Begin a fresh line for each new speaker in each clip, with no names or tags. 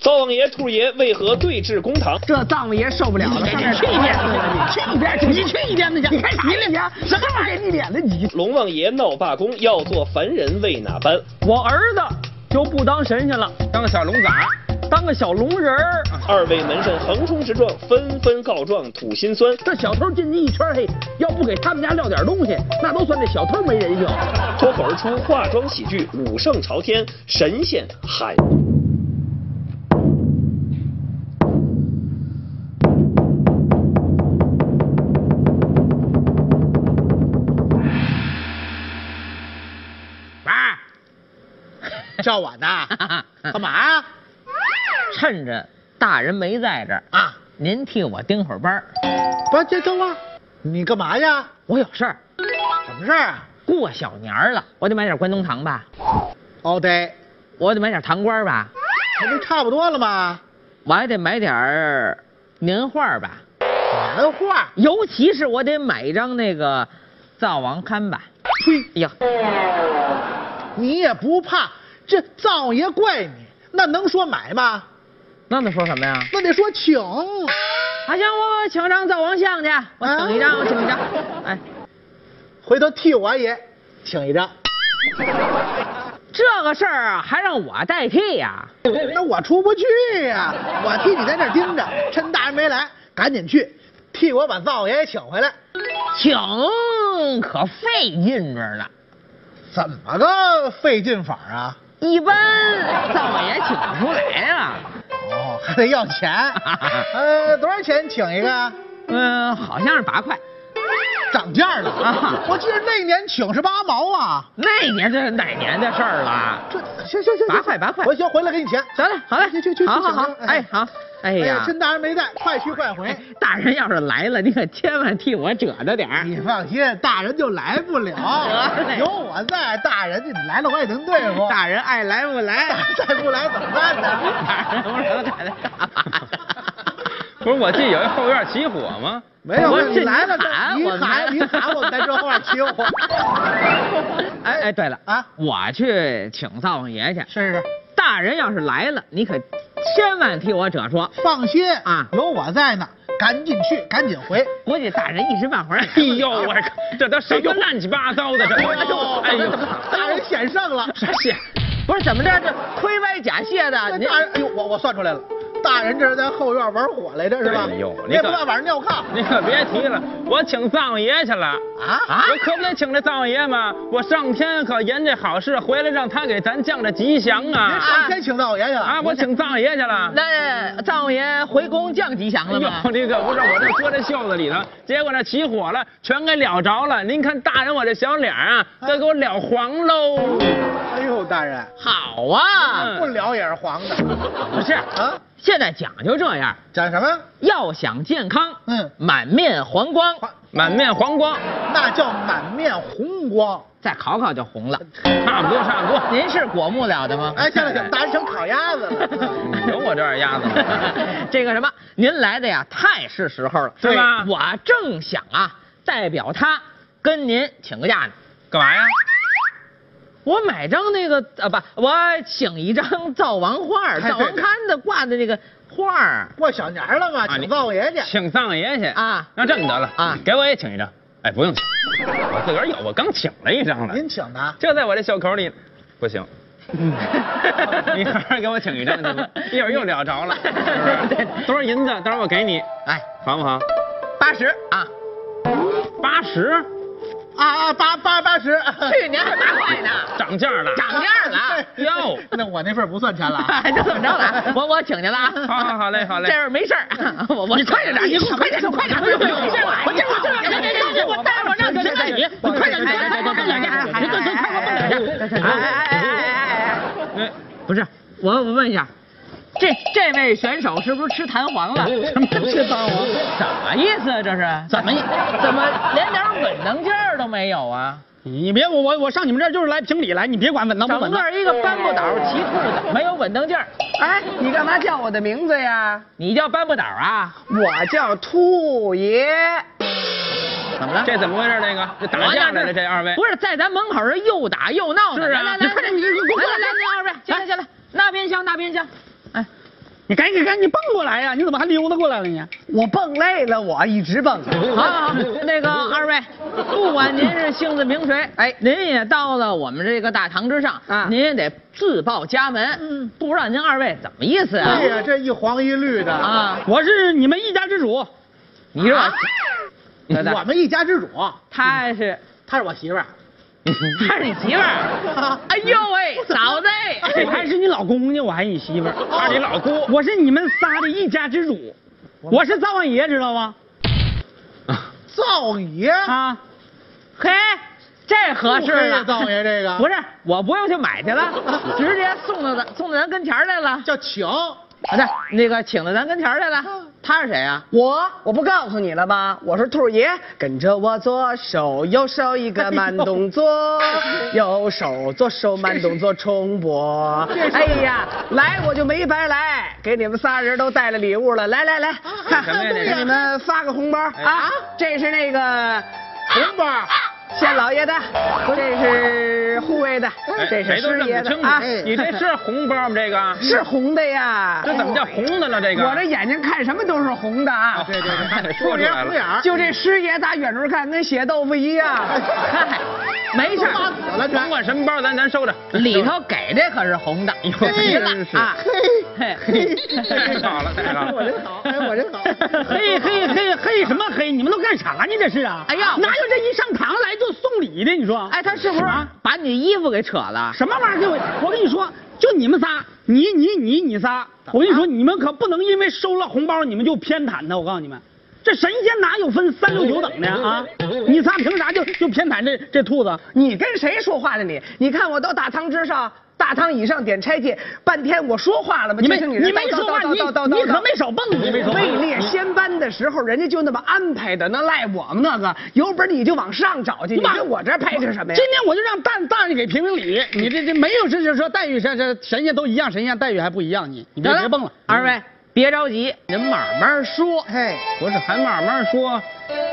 藏爷、兔爷为何对峙公堂？
这藏王爷受不了了，上那儿去一遍去一遍，主席去一遍的去，你看你脸呀，什么玩意儿？你脸的你，
龙王爷闹罢工，要做凡人为哪般？
我儿子就不当神仙了，
当个小啊聋崽儿，
当个小龙人儿。
二位门生横冲直撞，纷纷告状，吐心酸。
这小偷进去一圈，嘿，要不给他们家撂点东西，那都算这小偷没人性。
脱口而出化妆喜剧《武圣朝天》，神仙喊。
啊叫我呢？干嘛呀？
趁着大人没在这儿
啊，
您替我盯会儿班儿，
不是，这等会儿，你干嘛呀？
我有事儿。
什么事儿啊？
过小年儿了，我得买点关东糖吧，
哦对，
我得买点糖瓜吧，
这不差不多了吗？
我还得买点儿年画吧，
年画，
尤其是我得买一张那个灶王龛吧。哎
呸！
呀，
你也不怕这灶爷怪你，那能说买吗？
那能说什么呀？
那得说请。
啊，行，我请张灶王像去，我请一张，我请一张。哎，
回头替我也请一张。
这个事儿啊，还让我代替呀、
那我出不去呀、哎我替你在这儿盯着，趁大人没来，赶紧去，替我把灶爷请回来。
请可费劲着呢。
怎么个费劲法啊？
一般灶王爷请不出来啊。
哦，还得要 钱。呃，多少钱请一个？
嗯，好像是八块。
涨价了啊！我记得那年请是八毛啊。
那年这是哪年的事儿了？
这行行行，
八块八块
我先回来给你钱。
得嘞，好嘞，
去去去，
好好好，哎好，哎呀，
趁大人没在，快去快回。
大人要是来了，你可千万替我褶着点儿。
你放心，大人就来不了
哎得嘞，
有我在，大人你来了我也能对付。
大人爱来不来，
再不来怎么办呢？
大人不知道大人干嘛
不是我记有一后院起火吗？
没有，
我
你来了
你喊
你
我来
喊你喊我们在这后面 起火。
的。 哎哎，对了
啊
我去请灶王爷去。
是是，
大人要是来了，你可千万替我褶说。
放心
啊
有我在呢，赶紧去，赶紧回。
估计大人一时半会 儿也来
哎
不
呦
了。
我这都
哎
什么乱七八糟的这都！哎呦，啊
大人显圣了。
啥戏？
不是怎么着，这亏歪假卸的，您
大人，哎呦，我我算出来了，大人这是在后院玩火来着是吧？
哎呦你
你也不
看
怕晚上尿炕
你可别提了，我请灶王爷去了。
啊？
我可不得请这灶王爷吗？我上天可研究好事，回来让他给咱降着吉祥
您
啊！
上天请灶王爷去了
啊，我请灶王爷去了。
那灶王爷回宫降吉祥
哎
了吗
呦，？这可不是我这搁在袖子里头，结果那起火了，全给燎着了。您看大人我这小脸啊，都给我燎黄喽。
哎呦，大人，
好
嗯
啊，
不聊也是黄的
不是
啊？
现在讲究这样，
讲什么？
要想健康，
嗯
满面黄光，
满面黄光，
那叫满面红光。
再烤烤就红 了。
差不多差不多。
您是果木了的吗？
哎，行了行了，大人成烤鸭子了。
有我这样鸭子吗？
这个什么，您来的呀，太是时候了，
是吗
对我正想啊，代表他跟您请个假呢。
干嘛呀？
我买张那个啊，不，我请一张灶王画儿，
哎
灶王
对对
龛的挂的那个画儿
过小年了嘛，
啊
请
你
灶王爷去。
请藏爷去
啊
那这么得了
啊
给我也请一张。哎，不用请，我自个儿有，我刚请了一张了，
您请的？
就在我这袖口里。不 行， 你还是给我请一张 去吧，一会儿又聊着了，是不
对
是？多少银子？到时候我给你，
哎，
好不好？
八十啊，
八十，
啊啊，八八八十。
去年还八块呢，
涨价了。
涨价 了。
哟，
那我那份不算钱了啊。
哎，这怎么着 了？我我请去了啊！
好好好嘞好嘞
这样没事儿，我我你快点你快点快点，没事儿，我这我这我我待会儿让你看你，我快点快点快点，你快点快点，哎哎哎哎哎，不是，我我问一下，这这位选手是不是吃弹簧了？什么吃弹簧？什么意思啊？这是怎么怎么连点稳当劲儿都没有啊？
你别我我我上你们这儿就是来评理来，你别管稳当
整个一个搬不倒骑裤子，没有稳当劲儿。
哎，你干嘛叫我的名字呀？
你叫搬不倒啊？
我叫兔爷。
怎么了？
这怎么回事？那个这打架来了，这二位
不是在咱门口这又打又闹呢。
是啊
来来来，来来来，那二位，行了行了，那边香那边香。哎，
你赶紧赶紧蹦过来呀！你怎么还溜达过来了呢？
我蹦累了，我一直蹦。
好好，好，那个二位，不管您是性子平谁，哎，您也到了我们这个大堂之上
啊
您也得自报家门。嗯，不知道您二位怎么意思啊？
对哎呀，这一黄一绿的，
啊，
我是你们一家之主，啊
你说对对
我们一家之主，
他是
她是我媳妇儿。
他是你媳妇儿？哎呦喂，嫂子，
我哎还是你老公呢，我还是你媳妇儿，
他是你老姑，
我是你们仨的一家之主，我是灶王爷，知道吗？
灶爷，
啊，
嘿，这合适了。
不黑灶爷这个
不是，我不用去买去 了，直接送到咱送到咱跟前儿来了。
叫请，
啊，对，那个请到咱跟前儿来了。他是谁啊？
我我不告诉你了吗？我是兔爷，跟着我左手右手一个慢动作，右手左手慢动作重播。哎呀，来我就没白来，给你们仨人都带了礼物了。来来来，看
什么呀这
给
是
你们发个红包啊！这是那个
红包，
县老爷的，这是护卫的，这是
哎谁都
师
认
爷
不
的
清楚哎
啊，。
你这是红包吗？这个
是红的呀。
这怎么叫红的了？这个
我这眼睛看什么都是红的啊。
对对对，
兔
说出
爷
来
红
了
眼。儿，
就这师爷打远处看跟血豆腐一
哎
样。
嗨，没事儿，
发紫了
甭
全。
管什么包，咱咱收着。
里头给这可是红的，你
哎
别了啊！嘿嘿
太 好了，太好
哎我
了。
真好，哎，我 真好。
嘿嘿嘿嘿，什么嘿？你们都干啥呢？这是啊？
哎呀
哪有这一上堂来就送礼的？你说？啊
哎，他是不是把你衣服给扯了？
什么玩意儿？给我！我跟你说，就你们仨，你你你你仨，我跟你说，你们可不能因为收了红包你们就偏袒他。我告诉你们，这神仙哪有分三六九等的啊？你仨凭啥就就偏袒这这兔子？
你跟谁说话呢你？你看我到大堂之上、大堂以上点拆去，半天我说话了吗？
你没
就听
你没说话，你你可没少蹦，你没说话。
位列仙班的时候，人家就那么安排的，那赖我们那个有本你就往上找去，你
往
跟我这儿拍扯什么呀
今？天我就让大大人给评评理，你这这没有这就是说待遇这这神仙都一样，神仙待遇还不一样，你你别
得了
别蹦了。嗯
二位别着急，您慢慢说。
嘿，
不是，还慢慢说。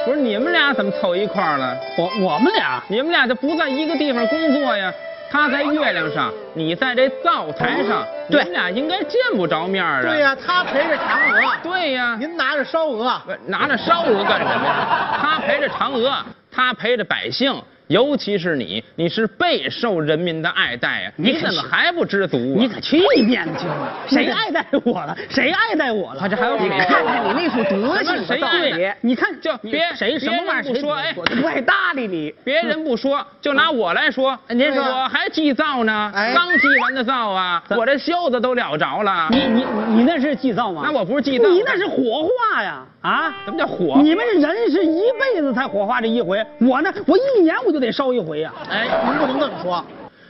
不是你们俩怎么凑一块儿了？
我我们俩
你们俩就不在一个地方工作呀？他在月亮上，你在这灶台上，你
对
们俩应该见不着面儿啊。
对呀，她陪着嫦娥，
对呀、
啊
您拿着烧鹅，啊
不是拿着烧鹅干什么 呀？他陪着嫦娥，他陪着百姓，尤其是你，你是备受人民的爱戴呀、你怎么还不知足啊？
你可去一面去吧！谁爱戴我了？谁爱戴我了？
这还有
你看看你那副德
什么
行，
谁
告诉
对
你，
你看
就
你
别
谁什么玩意
别
儿
人不
谁
说哎
我都不爱搭理你。
别人不说，就拿
嗯
我来说，
哎
您
对啊
我还祭灶呢，
哎
刚祭完的灶啊，我这袖子都燎着了。
你你你那是祭灶吗？
那我不是祭灶，
你那是火化呀！啊，
什么叫火？
你们人是一辈子才火化这一回，我呢，我一年我就得烧一回呀、
哎，
您不能这么说，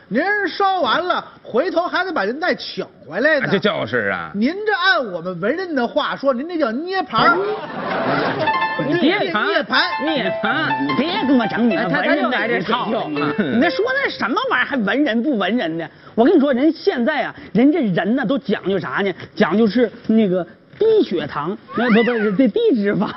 您烧完了，回头还得把您再请回来呢。
这就是啊，
您这按我们文人的话说，您这叫捏盘儿，
哎
你涅槃，
涅槃
涅槃，嗯
你啊别跟我整你
哎
们
他
文
他
人
又
的
来这
一套
水
了
袖
啊
你那说那什么玩意儿还文人不文人的？我跟你说，人现在啊，人这人呢都讲究啥呢？讲究是那个低血糖，那不不是这低脂肪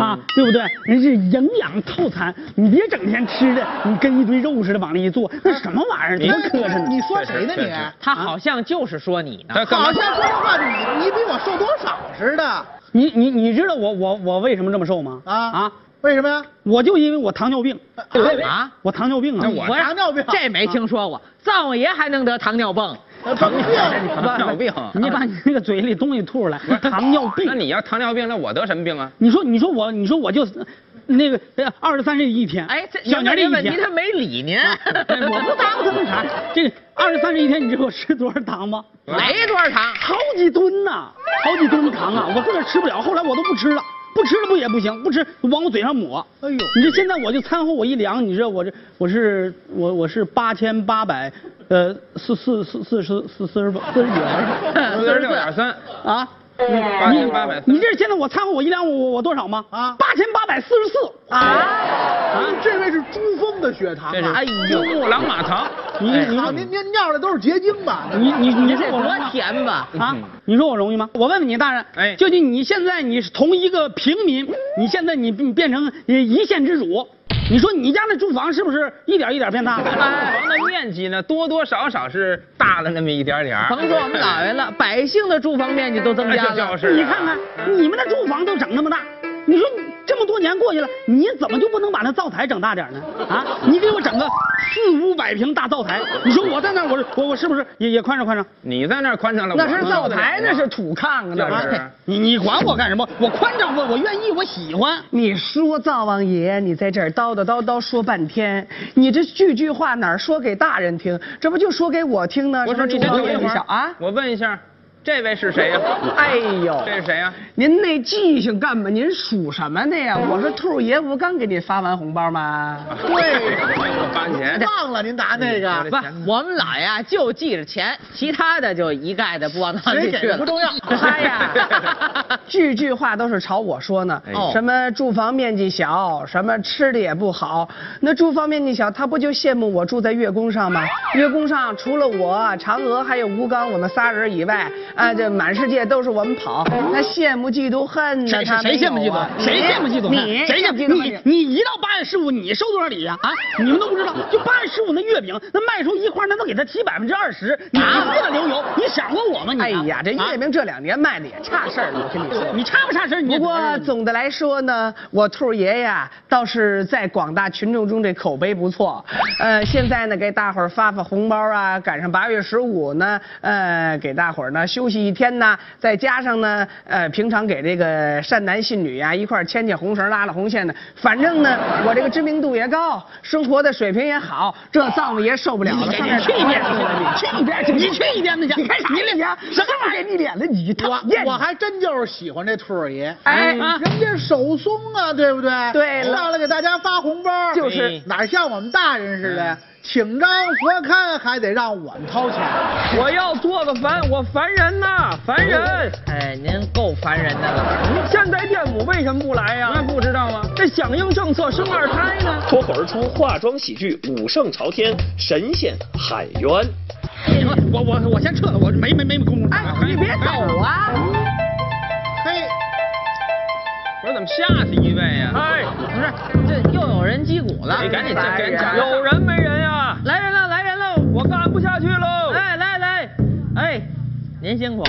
啊，
嗯
对不对？人是营养套餐，你别整天吃的，你跟一堆肉似的往那一坐，那什么玩意儿？
哎
多
那
磕碜呢！
你说谁呢
确实
你
确？实
他好像就是说你呢。
啊他干
啊
嘛
好？像说实话，你你比我瘦多少似的
你你你知道我我我为什么这么瘦吗？
啊
啊！
为什么呀？
我就因为我糖尿病哎
啊，
我糖尿病啊！
那我
不是
糖尿病
这没听说过，灶王爷还能得糖尿
哎
病？
呃疼病，
糖尿病。啊
你把你那个嘴里东西吐出来，糖尿病
那。你要糖尿病，那我得什么病啊？
你说，你说我，你说我就那个二十三这一天，
哎，这
小年这
这
一
问题他
天，
没理您，
啊
哎我不耽误
嗯
他们啥。这个二十三这一天，你知道我吃多少糖吗？
没多少糖。
好几吨呐、好几吨糖啊！我自个儿吃不了，后来我都不吃了，不吃了不也不行，不吃往我嘴上抹。
哎呦
你这现在我就餐后我一量，你知道我这我是我我是八千八百，呃四四四四十四四十四十几还是
四十 六点三，
啊？
八千八百
你这现在我餐后我一量我我我多少吗？
啊
八千八百四十四啊
您这位是珠峰的血糖
这是
哎
啊！
珠穆朗玛糖。
你你
啊，
说
您您尿的都是结晶吧？
你你你说我容易
多
吗？
甜吧？
啊，你说我容易吗？我问问你，大人，
哎
究竟你现在你是从一个平民，你现在你你变成一线之主，
你说你家那住房是不是一点一点变大？
哎
房的面积呢，多多少少是大了那么一点点儿。
甭说我们老人了，百姓的住房面积都增加
哎就
了
就。是啊
你看看你们那住房都整那么大，你说你这么多年过去了，你怎么就不能把那灶台整大点呢？啊，你给我整个四五百平大灶台，你说我在那儿我我我是不是也也宽敞宽敞？
你在那儿宽敞了，
那
我
是
能
灶
受得了
台，
吗
那是土炕啊，那
就是
玩意儿
你你管我干什么？我宽敞，我我愿意，我喜欢。
你说灶王爷，你在这儿叨叨叨叨说半天，你这句句话哪儿说给大人听？这不就说给我听呢？
我说
这
你先
不是
等
主
一
意
会
少
儿
啊！
我问一下，这位是 谁呀、
哎呦，
这是谁呀、
您那记性干嘛？您属什么的呀？我说兔儿爷不刚给您发完红包吗？
对，
我发钱。
忘了您拿那个，
不，我们老爷 啊就记着钱，其他的就一概的不往脑子
谁
里
给
去
的
了。
不重要。
他 呀， 句句话都是朝我说呢。
哦
什么住房面积小，什么吃的也不好。那住房面积小，他不就羡慕我住在月宫上吗？月宫上除了我、嫦娥还有吴刚我们仨人以外，啊，这满世界都是我们跑。那羡慕嫉妒恨呢？
谁谁
他没
谁
有
羡慕嫉妒
啊
恨？谁羡慕嫉妒恨？
你
谁羡慕
嫉
嫉
妒
妒
恨
恨？你你一到八月十五，你收多少礼呀？啊，你们都不知道，就八月十五那月饼，那卖出一块，那都给他提百分之二十，你不得流油？你闪过我吗？你啊
哎呀，这
啊
月饼这两年卖的也差事儿了，我跟你说。
你差不差事儿？你也
不
得
过
承认
总的来说呢，我兔儿爷呀倒是在广大群众中这口碑不错。呃，现在呢给大伙儿发发红包啊，赶上八月十五呢，呃，给大伙儿呢休息一天呐，再加上呢，呃，平常给这个善男信女呀一块儿牵牵红绳拉拉红线的，反正呢我这个知名度也高，生活的水平也好，这藏子爷受不了了，上
你去一边，去一边，你去一边吧去！你干啥？你
啊
脸什么玩意儿？你脸了你
我我还真就是喜欢这兔儿爷，
哎
啊人家手松啊，对不对？
对了
上来给大家发红包，
就是
哪像我们大人似的，请张佛龛还得让我们掏钱。
我要做个凡，我凡人呐，凡人。
哎，您够烦人的了。
现在电母为什么不来呀、那不知道啊吗？这响应政策生二胎呢。
脱口而出化妆喜剧《武圣朝天》，神仙喊冤。
哎
我我我先撤了，我没没没功夫。
哎，你别走啊！
嘿，
我说怎么下去一位呀、
哎，不是，这又有人击鼓了。
你赶紧
哎
赶紧讲。
有
人没人啊呀、
来人了，来人喽！
我干不下去喽。
哎，来来，哎，您辛苦。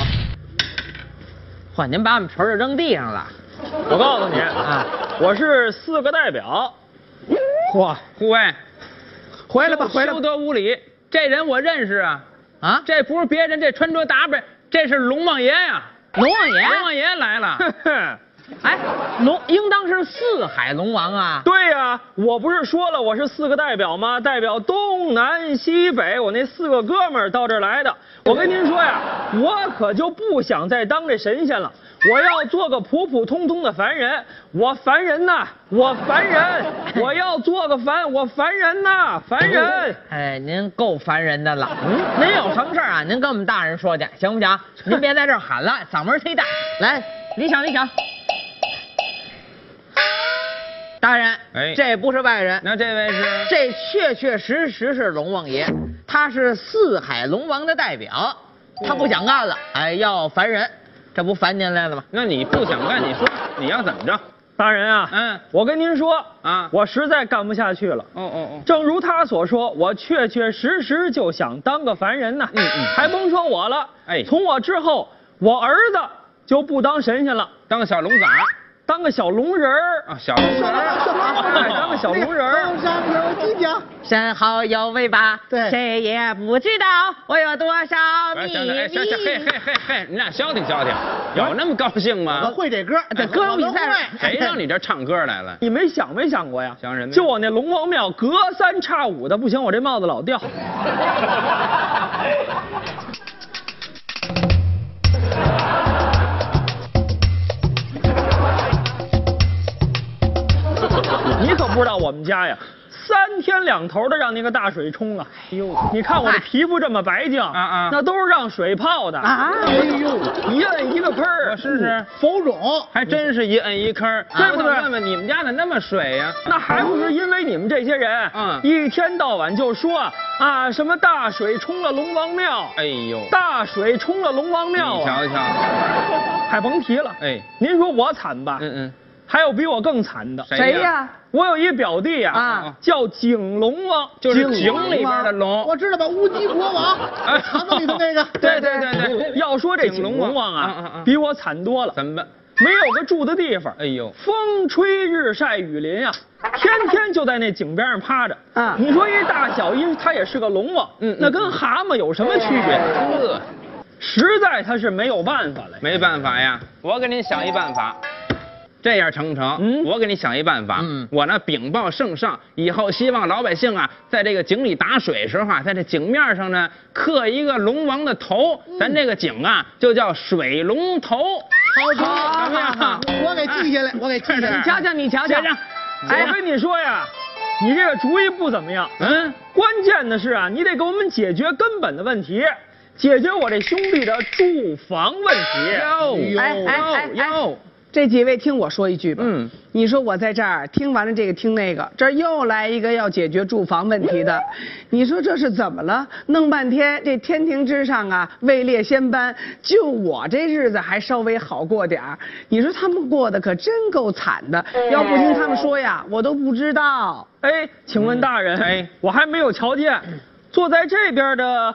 嚯，您把我们盆儿扔地上了。
我告诉你
啊，
我是四个代表。嚯，护卫，
回来吧，回来吧
休。得无礼。这人我认识啊，
啊，
这不是别人，这穿着打扮，这是龙王爷呀、
龙王爷，
龙王爷 来了。
哎，龙应当是四海龙王啊。
对呀、我不是说了我是四个代表吗？代表东南西北，我那四个哥们儿到这儿来的。我跟您说呀，我可就不想再当这神仙了，我要做个普普通通的凡人。我凡人呐，我凡人，我要做个凡，我凡人呐，凡人。
哎，您够烦人的了。
嗯
您有什么事儿啊？您跟我们大人说去，行不 行？您别在这儿喊了，嗓门忒大。来，李想，李想。大人，
哎
这不是外人，
那这位是
这确确实实是龙王爷，他是四海龙王的代表，他不想干了，哎，要烦人，这不烦您来了吗？
那你不想干，你说你要怎么着？
大人啊，
嗯
我跟您说
啊
我实在干不下去了。
哦哦
正如他所说，我确确实实就想当个凡人呐。
嗯嗯
还甭说我了，
哎
从我之后，我儿子就不当神仙了，
哦，当个小龙崽儿
当个小龙人儿。
啊，小龙崽
哎当个小龙人儿，
上头机讲，
山好有位吧？
对
谁也不知道我有多少
哎，
秘
行行哎，行行，嘿
密。
嘿嘿嘿，你俩消停消停，有那么高兴
我
吗？
会这歌，
这歌手比赛
我都会
谁让你这唱歌来了？
你们想没想过呀？
想什么呀
就我那龙王庙，隔三差五的，不行，我这帽子老掉。你可不知道我们家呀，三天两头的让那个大水冲啊！哎呦，你看我这皮肤这么白净啊
啊
那都是让水泡的啊！哎呦，一摁一个喷儿，嗯
试试，
浮肿，
还真是一摁一坑儿。啊
对不对
我想问问你们家咋那么水呀？
那还不是因为你们这些人，
嗯
一天到晚就说啊什么大水冲了龙王庙，
哎呦，
大水冲了龙王庙
你
啊，
瞧瞧，
还甭提了。
哎，
您说我惨吧？
嗯嗯，
还有比我更惨的，
谁呀？
我有一表弟呀、
啊
叫景龙啊王，
就是井里边的龙，
我知道吧？乌鸡国王， 肠子里头那个，
对对对对，要说这景龙王
嗯嗯
啊
嗯，
比我惨多了，
怎么办？
没有个住的地方，
哎呦，
风吹日晒雨淋啊，天天就在那井边上趴着。
哎啊
你说一大小一，他也是个龙王，
嗯嗯
那跟蛤蟆有什么区别？实在他是没有办法了。
没办法呀，我给您想一办法，这样成不成？
嗯
我给你想一办法。
嗯
我呢禀报圣上，以后希望老百姓啊，在这个井里打水时候啊，在这井面上呢刻一个龙王的头，咱这个井啊就叫水龙头。
好主
怎么样
意，我给记下来，我给记下来。
瞧瞧你瞧瞧，哎
我跟你说呀，你这个主意不怎么样。
嗯，
关键的是啊，你得给我们解决根本的问题，解决我这兄弟的住房问题。
哎哎哎哎，这几位听我说一句吧。嗯，你说我在这儿听完了这个听那个，这儿又来一个要解决住房问题的，你说这是怎么了？弄半天这天庭之上啊，位列仙班，就我这日子还稍微好过点儿。你说他们过得可真够惨的，要不听他们说呀，我都不知道。
哎，请
嗯
问大人，哎，我还没有瞧见，坐在这边的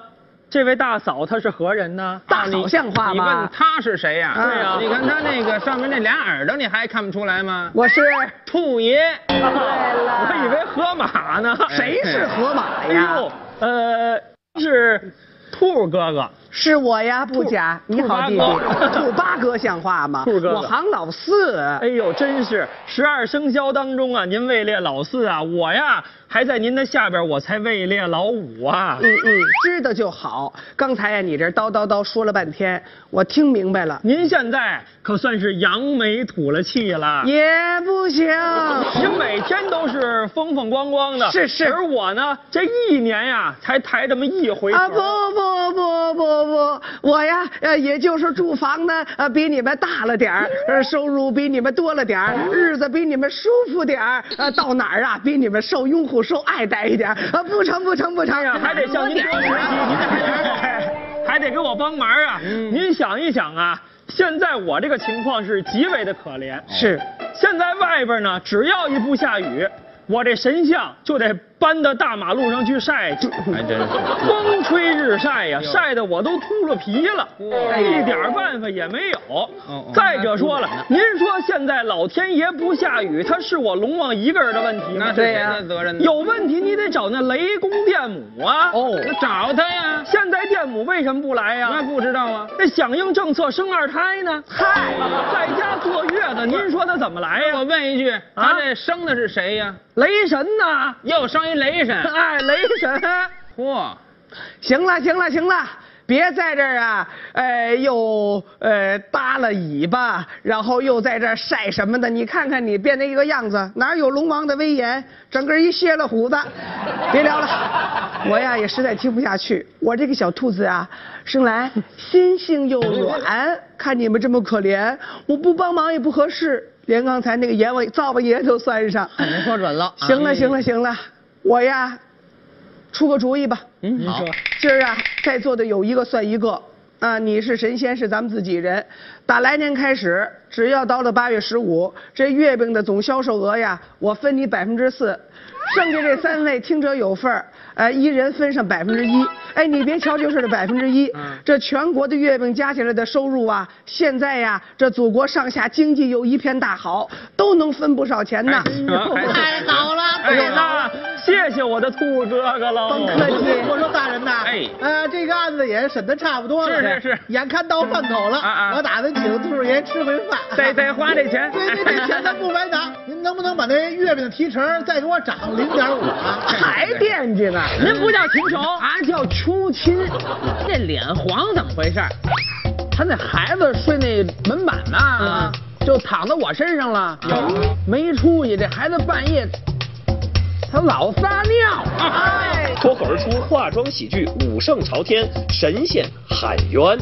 这位大嫂她是何人呢？
大嫂像话
你问
吗？嗯
他是谁呀、
对
啊
呀
你看他那个上面那俩耳朵，你还看不出来吗？
我是
兔爷，
我以为河马呢。
谁是河马
哎
呀？
呦，呃，是兔哥哥。
是我呀，不假，你好弟弟
兔八，哥
兔八哥像话吗？
兔哥哥
我行老四。
哎呦，真是十二生肖当中啊，您位列老四啊，我呀还在您的下边，我才位列老五啊。
嗯嗯，知道就好。刚才呀，你这叨叨叨说了半天，我听明白了，
您现在可算是扬眉吐了气了。
也不行。啊
您每天都是风风光光的，
是是
而我呢，这一年呀、才抬这么一回头。
啊不不不不不，我呀，呃，也就是住房呢，呃，比你们大了点儿，呃，收入比你们多了点儿，日子比你们舒服点儿，呃，到哪儿啊，比你们受拥护、受爱戴一点儿，啊，不成不成不成
哎，呀，还得向您多学习，您还还得给我帮忙啊！您想一想啊，现在我这个情况是极为的可怜。
是，
现在外边呢，只要一不下雨，我这神像就得搬到大马路上去晒去。
还真是。
风吹日晒呀，晒得我都秃噜皮了，一点办法也没有。再者说了，您说现在老天爷不下雨，他是我龙王一个人的问题吗
那？是谁的责任呢？
有问题你得找那雷公电母啊。
哦，那找他呀。
现在电母为什么不来呀、
那不知道啊。
那响应政策生二胎呢？嗨，在家坐月子，您说他怎么来呀、
我问一句，
啊
他这生的是谁呀？
雷神呢？
又生一雷神。
哎，雷神，
嚯，
行了，行了，行了。别在这儿啊，呃，又呃耷了尾巴，然后又在这儿晒什么的？你看看你变那个样子，哪有龙王的威严？整个一歇了胡子。别聊了， 我呀也实在听不下去。我这个小兔子啊，生来心性又软，看你们这么可怜，我不帮忙也不合适，连刚才那个阎王灶王爷都算上。
您说准了。
哎
行了，行了，行了，我呀，出个主意吧。
嗯，好，
今儿啊，在座的有一个算一个啊，你是神仙，是咱们自己人。打来年开始，只要到了八月十五，这月饼的总销售额呀，我分你百分之四，剩下这三位听者有份儿，呃，一人分上百分之一。哎，你别瞧就是这百分之一，这全国的月饼加起来的收入啊，现在呀，这祖国上下经济又一片大好，都能分不少钱呢。
太好了，
哎
太
呀，
好了。
那谢谢我的兔哥哥喽。
甭客气。
我说大人呐，
哎
呃，这个案子也审的差不多了，
是是是
眼看到饭口了，
啊啊
我打算请兔爷吃回饭。
再再花这钱。
对对对，钱咱不白 拿，您能不能把那月饼的提成再给我涨零点五啊？
还惦记呢，
您不叫秦琼，俺叫秋亲。这脸黄怎么回事？他那孩子睡那门板呐、
啊
就躺到我身上了，没出息。这孩子半夜，他老撒尿。哎，
脱口而出化妆喜剧《武圣朝天》，神仙喊冤。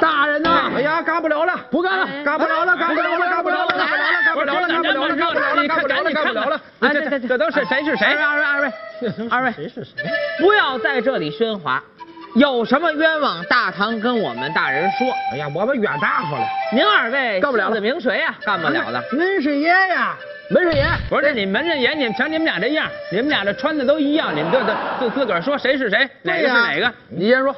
大人呐、
哎呀，干不了了，
不干了，
干不了了，干不了了，干不了了，干不了了，干不了了，干不了了，干不了了，干不了了，干不了了。
哎，这这这都是谁是谁？二位二位二位，谁是谁？不要在这里喧哗。
有什么冤枉，大唐跟我们大人说。
哎呀，我们冤大发了。
您二位
干不了了
姓子名谁呀？
干不了了。
恁是爷呀，
门神爷，不是你门神爷，你们瞧你们俩这样，你们俩这穿的都一样，你们就就就自个儿说谁是
哎
谁，哪个是哪个。
你先说。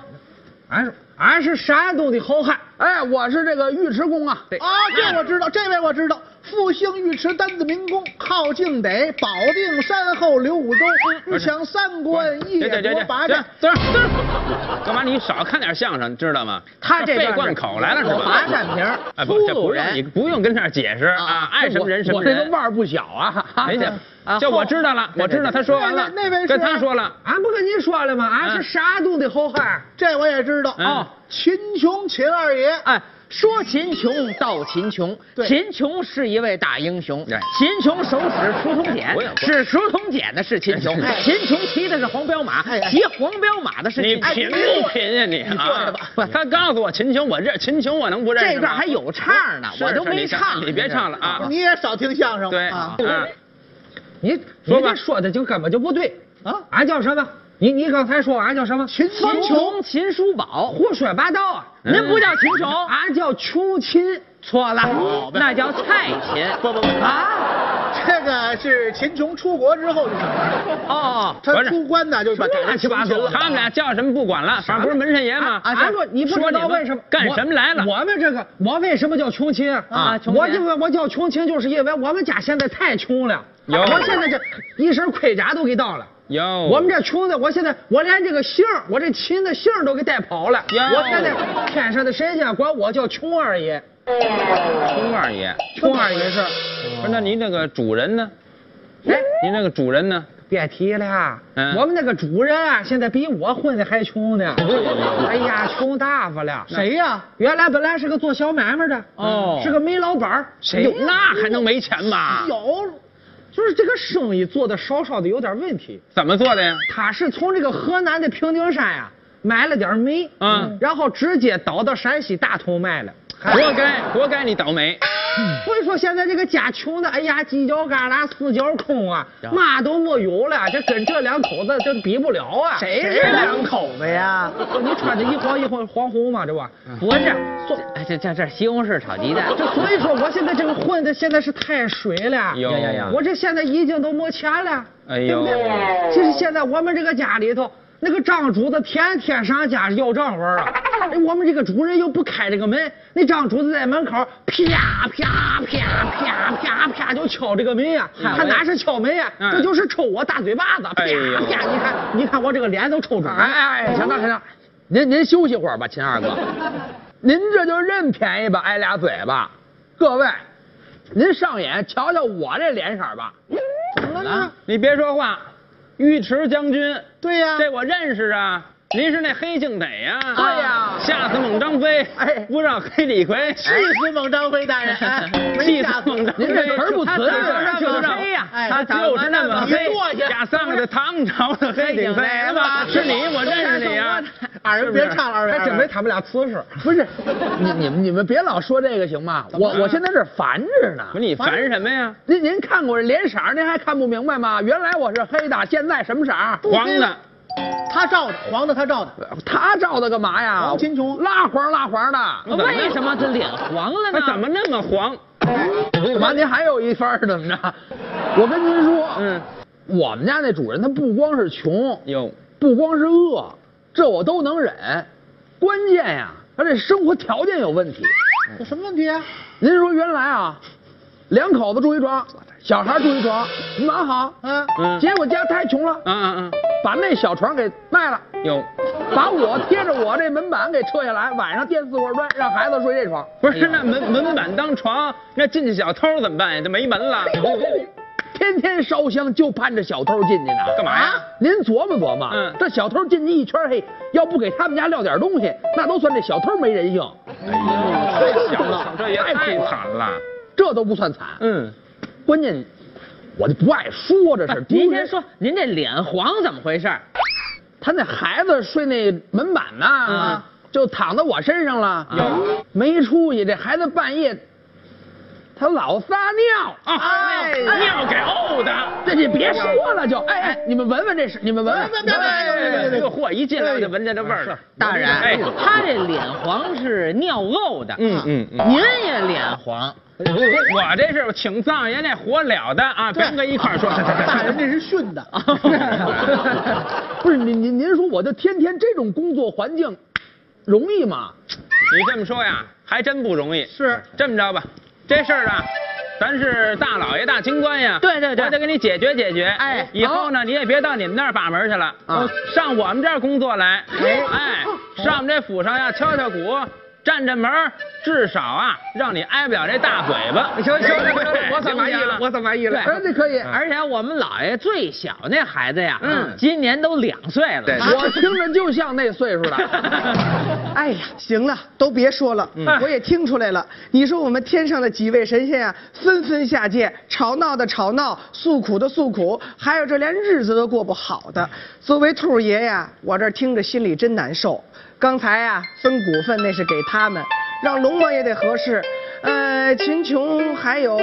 俺是
俺是山东的好汉，哎，我是这个尉迟恭啊。
对
啊，这我知道，这位我知道。复兴尉迟丹字明公，靠近得，保定山后刘武周，欲抢三关，一
嗯对对对
国
对，
八
对
战。
对对 干嘛你少看点相声，知道吗？
他这段
背
是
贯口来了是吧？
马占平儿
哎，不，这
粗鲁
不用
人
你不用跟那儿解释啊，爱什么人什么
我这个
人。
腕儿不小啊。
没 解
啊，
就我知道了，我知道他说完了，
那那那位是
跟他说了，
俺不跟您说了吗？
嗯
俺是山东的好汉。
这我也知道
嗯
啊。秦琼，秦二爷，
哎，说秦琼到秦琼，
对
秦琼是一位大英雄
对。
秦琼手使竹筒
哎
剪
我也，不
使竹筒剪的是秦琼。秦琼骑的是黄骠马，
哎
骑黄骠马的是
你
秦琼。哎
贫不贫呀你啊？不，他告诉我秦琼，我认秦琼，我能不认识吗？
这段还有唱呢，
是
我都
是
没
你看
唱。
你别唱了啊！
你也少听相声
对
啊。
嗯
啊你
说
你
吧
这说的就根本就不对
啊
啊！俺叫什么？你你刚才说俺叫什么？
秦
秦
琼，
琼、秦叔宝，
胡说八道啊！
您不叫秦琼，
俺叫秋秦，
错了，那叫蔡琴。
不不不啊，这个是秦琼出国之后就成了，
哦，
他
不是
出关呢就把改成秦琼了。哎
他们俩叫什么不管了，反正不是门神爷吗？啊
俺俺说啊你不
说你
知道
们
为什么
干什么来了？
我我们这个我为什么叫穷亲
啊
啊
穷亲
我这个我叫穷亲，就是因为我们家现在太穷了。
有
我现在这一身盔甲都给盗了。
有
我们这穷的，我现在我连这个姓儿，我这亲的姓儿都给带跑了。
哟
我现在天上的神仙管我叫穷二爷，
穷二爷，
穷二爷是。
不是那您那个主人呢？
嗯哎，
您那个主人呢？
别提了，
嗯
我们那个主人啊，现在比我混的还穷呢。哎呀，穷大发了。
谁呀？
原来本来是个做小买卖的，
哦
是个煤老板儿
哟那还能没钱
啊
吗？
有，就是这个生意做的稍稍的有点问题。
怎么做的呀？
他是从这个河南的平顶山呀、买了点煤，
嗯
然后直接倒到山西大同卖了。
活该，活该你倒霉。
所以说现在这个家穷的，哎呀，犄角旮旯四角空啊，嘛都没有了，这 跟这两口子这比不了啊。谁
这两口子呀？
你穿的一黄一黄黄红嘛，这
啊
不？
嗯
不是，哎这这这西红柿炒鸡蛋，
这所以说我现在这个混的现在是太水了，
有有有
我这现在已经都没钱了，
哎
对
呦
不，对？其实现在我们这个家里头，那个账主子天天上家要账玩啊，哎我们这个主人又不开这个门，那账主子在门口啪啪啪啪啪啪就敲这个门呀、他哪是敲门呀、
嗯
这就是抽我大嘴巴子，啪
哎呦
啪，你看你看我这个脸都抽肿了。
哎哎，行了行了，您您休息会儿吧，秦二哥。
您这就认便宜吧，挨俩嘴巴。各位，您上眼瞧瞧我这脸色吧。
啊你别说话，尉迟将军，
啊
对呀，
这我认识啊。您是那黑庆得呀？
对呀
吓死猛张飞，
哎
不让黑李逵，
气死猛张飞大人， 哎，没
气死
吓死哎
猛张飞。
您这词儿不
他
存
就是
啊
那么
黑呀
他就是那么黑
你坐下，
假上的唐朝的黑顶飞吧？是你，我认识你 啊。
二人别唱了，二位，啊
还
二
真
位
没他们俩姿势。
不 是，你你们你们别老说这个行吗？我我现在这烦着呢
不。是你烦什么呀？
您您看过脸色儿，您还看不明白吗？原来我是黑的，现在什么色儿？
黄的，
他照的，黄的他照的，
他照的干嘛呀？
啊
黄金琼
蜡黄蜡黄的，
嗯
哎
为什么他脸黄了呢嗯
他？哎怎么那么黄？
干嘛？您还有一番儿怎么着？我跟您说，
嗯，
我们家那主人他不光是穷，
哟，
不光是饿，这我都能忍，关键呀，他这生活条件有问题。
嗯
有什么问题啊？
您说原来啊，两口子住一床，小孩住一床，蛮好。
嗯
嗯
结果家太穷了，
嗯
啊啊
把那小床给卖了，
啊，哟。
把我贴着我这门板给撤下来，晚上垫四块砖，让孩子睡这床。
不是，那门门板当床，那进去小偷怎么办呀？这没门了，
天天烧香就盼着小偷进去呢。啊
干嘛呀？
您琢磨琢磨，
嗯
这小偷进去一圈，嘿，要不给他们家撂点东西，那都算这小偷没人性。
小这也太惨了。
这都不算惨，
嗯，
关键我就不爱说这事儿。
您
丢
先
人
说，您这脸黄怎么回事？
他那孩子睡那门板呐、就躺在我身上了，没出去。这孩子半夜
他老撒尿
啊，
哎
尿给呕的。
这你别说了就，哎哎，你们闻闻这是，你们闻闻。
哎别别别别别
这个货一进来我就闻着这味儿了。
大人，
哎
他这脸黄是尿垢的，
嗯嗯嗯，
您也脸 黄，
我这是请藏爷那火了的啊，别跟一块儿说。
大人这是训的，
不是您您您说，我就天天这种工作环境，容易吗？
你这么说呀，还真不容易。是这么着吧，这事儿啊，咱是大老爷大清官呀，
对对对
我得给你解决解决。
哎
以后呢，你也别到你们那儿把门去了啊，上我们这儿工作来。哎，上我们这府上呀，敲敲鼓。站站门，至少啊，让你挨不了这大嘴巴。
行行 行
我怎么意了？我怎么意了？
哎，这可以。
而且我们老爷最小那孩子呀，
嗯
今年都两岁了，
对
我听着就像那岁数的。
哎呀，行了，都别说了，我也听出来了。你说我们天上的几位神仙啊，纷纷下界，吵闹的吵闹，诉苦的诉苦，还有这连日子都过不好的。作为兔儿爷呀，我这听着心里真难受。刚才啊，分股份那是给他们，让龙王也得合适。呃，秦琼还有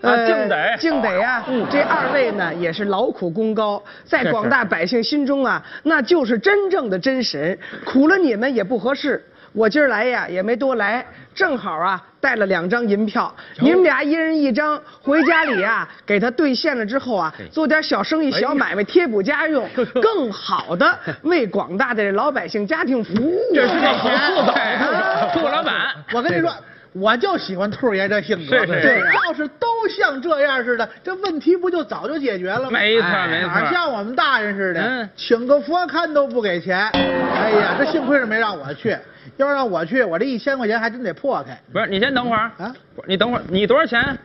呃
啊敬得
敬得呀、
哦嗯
这二位呢也是劳苦功高，在广大百姓心中啊，那就是真正的真神，苦了你们也不合适。我今儿来呀，也没多来，正好啊带了两张银
哦
票，你们俩一人一张，回家里啊给他兑现了之后啊，做点小生意、小买卖贴补家
哎
用， 更好的为广大的老百姓家庭服务。啊
这是个好 兔子，啊
啊
兔老板。
我跟你说。我就喜欢兔爷这性格，
是是
对，要是都像这样似的，这问题不就早就解决了吗？
没错
哎
没错
哪像我们大人似的，
嗯
请个佛龛都不给钱。哎呀，这幸亏是没让我去，要让我去，我这一千块钱还真得破开。
不是，你先等会儿
啊
不是，你等会儿，你多少钱？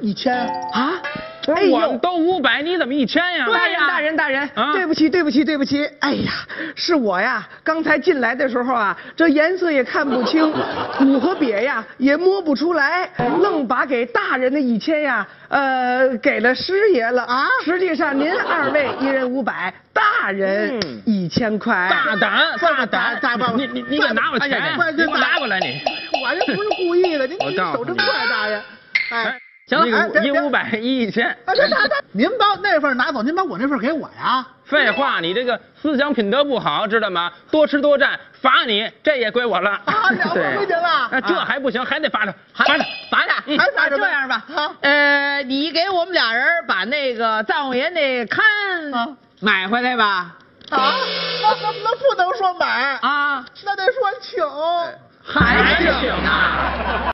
一千，
啊！
不是，我们都五百，你怎么一千呀？
大人，大人，大人，
啊
对不起，对不起，对不起。哎呀，是我呀，刚才进来的时候啊，这颜色也看不清，骨和瘪呀也摸不出来，愣把给大人的一千呀，呃，给了师爷了啊。实际上您二位一人五百，大人
嗯
一千块。
大胆，大胆，
大爸爸
你你你敢拿我钱
哎呀不是？
你
这
给我拿过来你。
我这不是故意的，您
我
您
告诉
手真
你
快，大人。哎，
行
哎
了，
别
一
别
五百一一千。
哎，别打打，您把那份拿走，您把我那份给我 呀。
废话，你这个思想品德不好，知道吗？多吃多占，罚你，这也归我了。
啊，两万块钱了，啊
那这还不行，还得罚他，罚嗯哎他。
咱俩
还咋着
这
呢
样吧
啊，
呃，你给我们俩人把那个藏王爷那龛
嗯
啊
买回来吧，
啊，那那那不能说买，
啊。
哎
那得说请。
还行啊。